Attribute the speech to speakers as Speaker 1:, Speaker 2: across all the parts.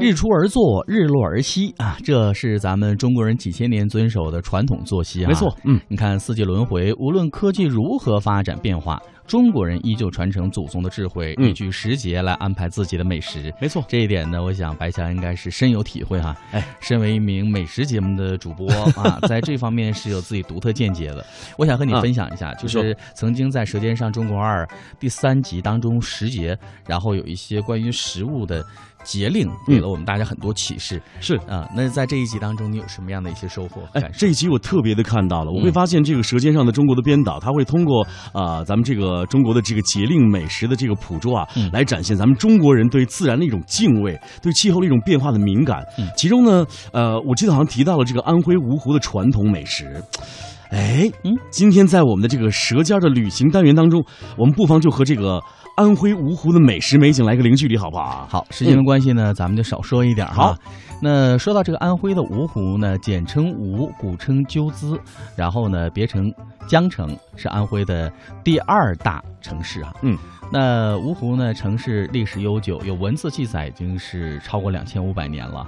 Speaker 1: 日出而作，日落而息啊，这是咱们中国人几千年遵守的传统作息啊。
Speaker 2: 没错，嗯，
Speaker 1: 你看四季轮回，无论科技如何发展变化，中国人依旧传承祖宗的智慧，
Speaker 2: 嗯
Speaker 1: 依据时节来安排自己的美食。
Speaker 2: 没错，
Speaker 1: 这一点呢，我想白霞应该是深有体会哈、
Speaker 2: 哎，
Speaker 1: 身为一名美食节目的主 播啊，在这方面是有自己独特见解的。我想和你
Speaker 2: 啊
Speaker 1: 分享一下，就
Speaker 2: 你
Speaker 1: 是曾经在《舌尖上中国二》第三集当中，时节，然后有一些关于食物的节令，
Speaker 2: 嗯
Speaker 1: 给了我们大家很多启示
Speaker 2: 是。
Speaker 1: 啊。那在这一集当中，你有什么样的一些收获和
Speaker 2: 哎
Speaker 1: 感，受？
Speaker 2: 这一集我特别的看到了，我会
Speaker 1: 嗯
Speaker 2: 发现这个《舌尖上的中国》的编导，他会通过啊、咱们这个中国的这个节令美食的这个捕捉啊，
Speaker 1: 嗯
Speaker 2: 来展现咱们中国人对自然的一种敬畏，对气候的一种变化的敏感。
Speaker 1: 嗯
Speaker 2: 其中呢，呃，我记得好像提到了这个安徽芜湖的传统美食。哎，
Speaker 1: 嗯
Speaker 2: 今天在我们的这个《舌尖儿的旅行》单元当中，我们不妨就和这个安徽芜湖的美食美景来个零距离，好不好啊？
Speaker 1: 好，时间的关系呢，咱们就少说一点儿哈。
Speaker 2: 好，
Speaker 1: 那说到这个安徽的芜湖呢，简称芜，古称鸠兹，然后呢，别称江城，是安徽的第二大城市啊。
Speaker 2: 嗯，
Speaker 1: 那芜湖呢，城市历史悠久，有文字记载已经是超过两千五百年了。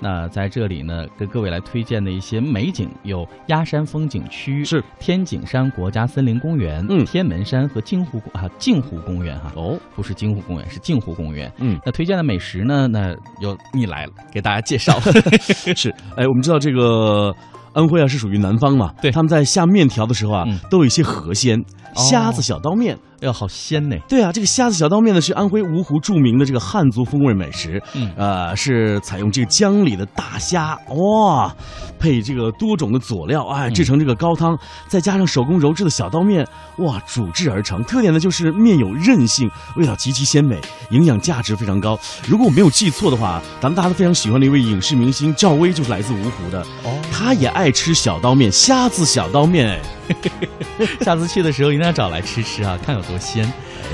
Speaker 1: 那在这里呢，跟各位来推荐的一些美景有鸭山风景区、
Speaker 2: 是
Speaker 1: 天井山国家森林公园、
Speaker 2: 嗯
Speaker 1: 天门山和镜湖啊镜湖公园哈、
Speaker 2: 哦，
Speaker 1: 不是镜湖公园，是镜湖公园。
Speaker 2: 嗯，
Speaker 1: 那推荐的美食呢？那由你来了，给大家介绍。
Speaker 2: 是，哎，我们知道这个安徽啊是属于南方嘛，
Speaker 1: 对
Speaker 2: 他们在下面条的时候啊，
Speaker 1: 嗯哦
Speaker 2: 都有一些河鲜，虾子小刀面。
Speaker 1: 要好鲜呢。
Speaker 2: 对啊，这个虾子小刀面呢是安徽芜湖著名的这个汉族风味美食，
Speaker 1: 嗯
Speaker 2: 呃，是采用这个江里的大虾哇，配这个多种的佐料，哎，制成这个高汤，再加上手工揉制的小刀面，哇，煮制而成。特点呢就是面有韧性，味道极其鲜美，营养价值非常高。如果我没有记错的话，咱们大家都非常喜欢的一位影视明星赵薇就是来自芜湖的，
Speaker 1: 哦，
Speaker 2: 她也爱吃小刀面，虾子小刀面，哎。
Speaker 1: 下次去的时候一定要找来吃吃啊，看有多鲜。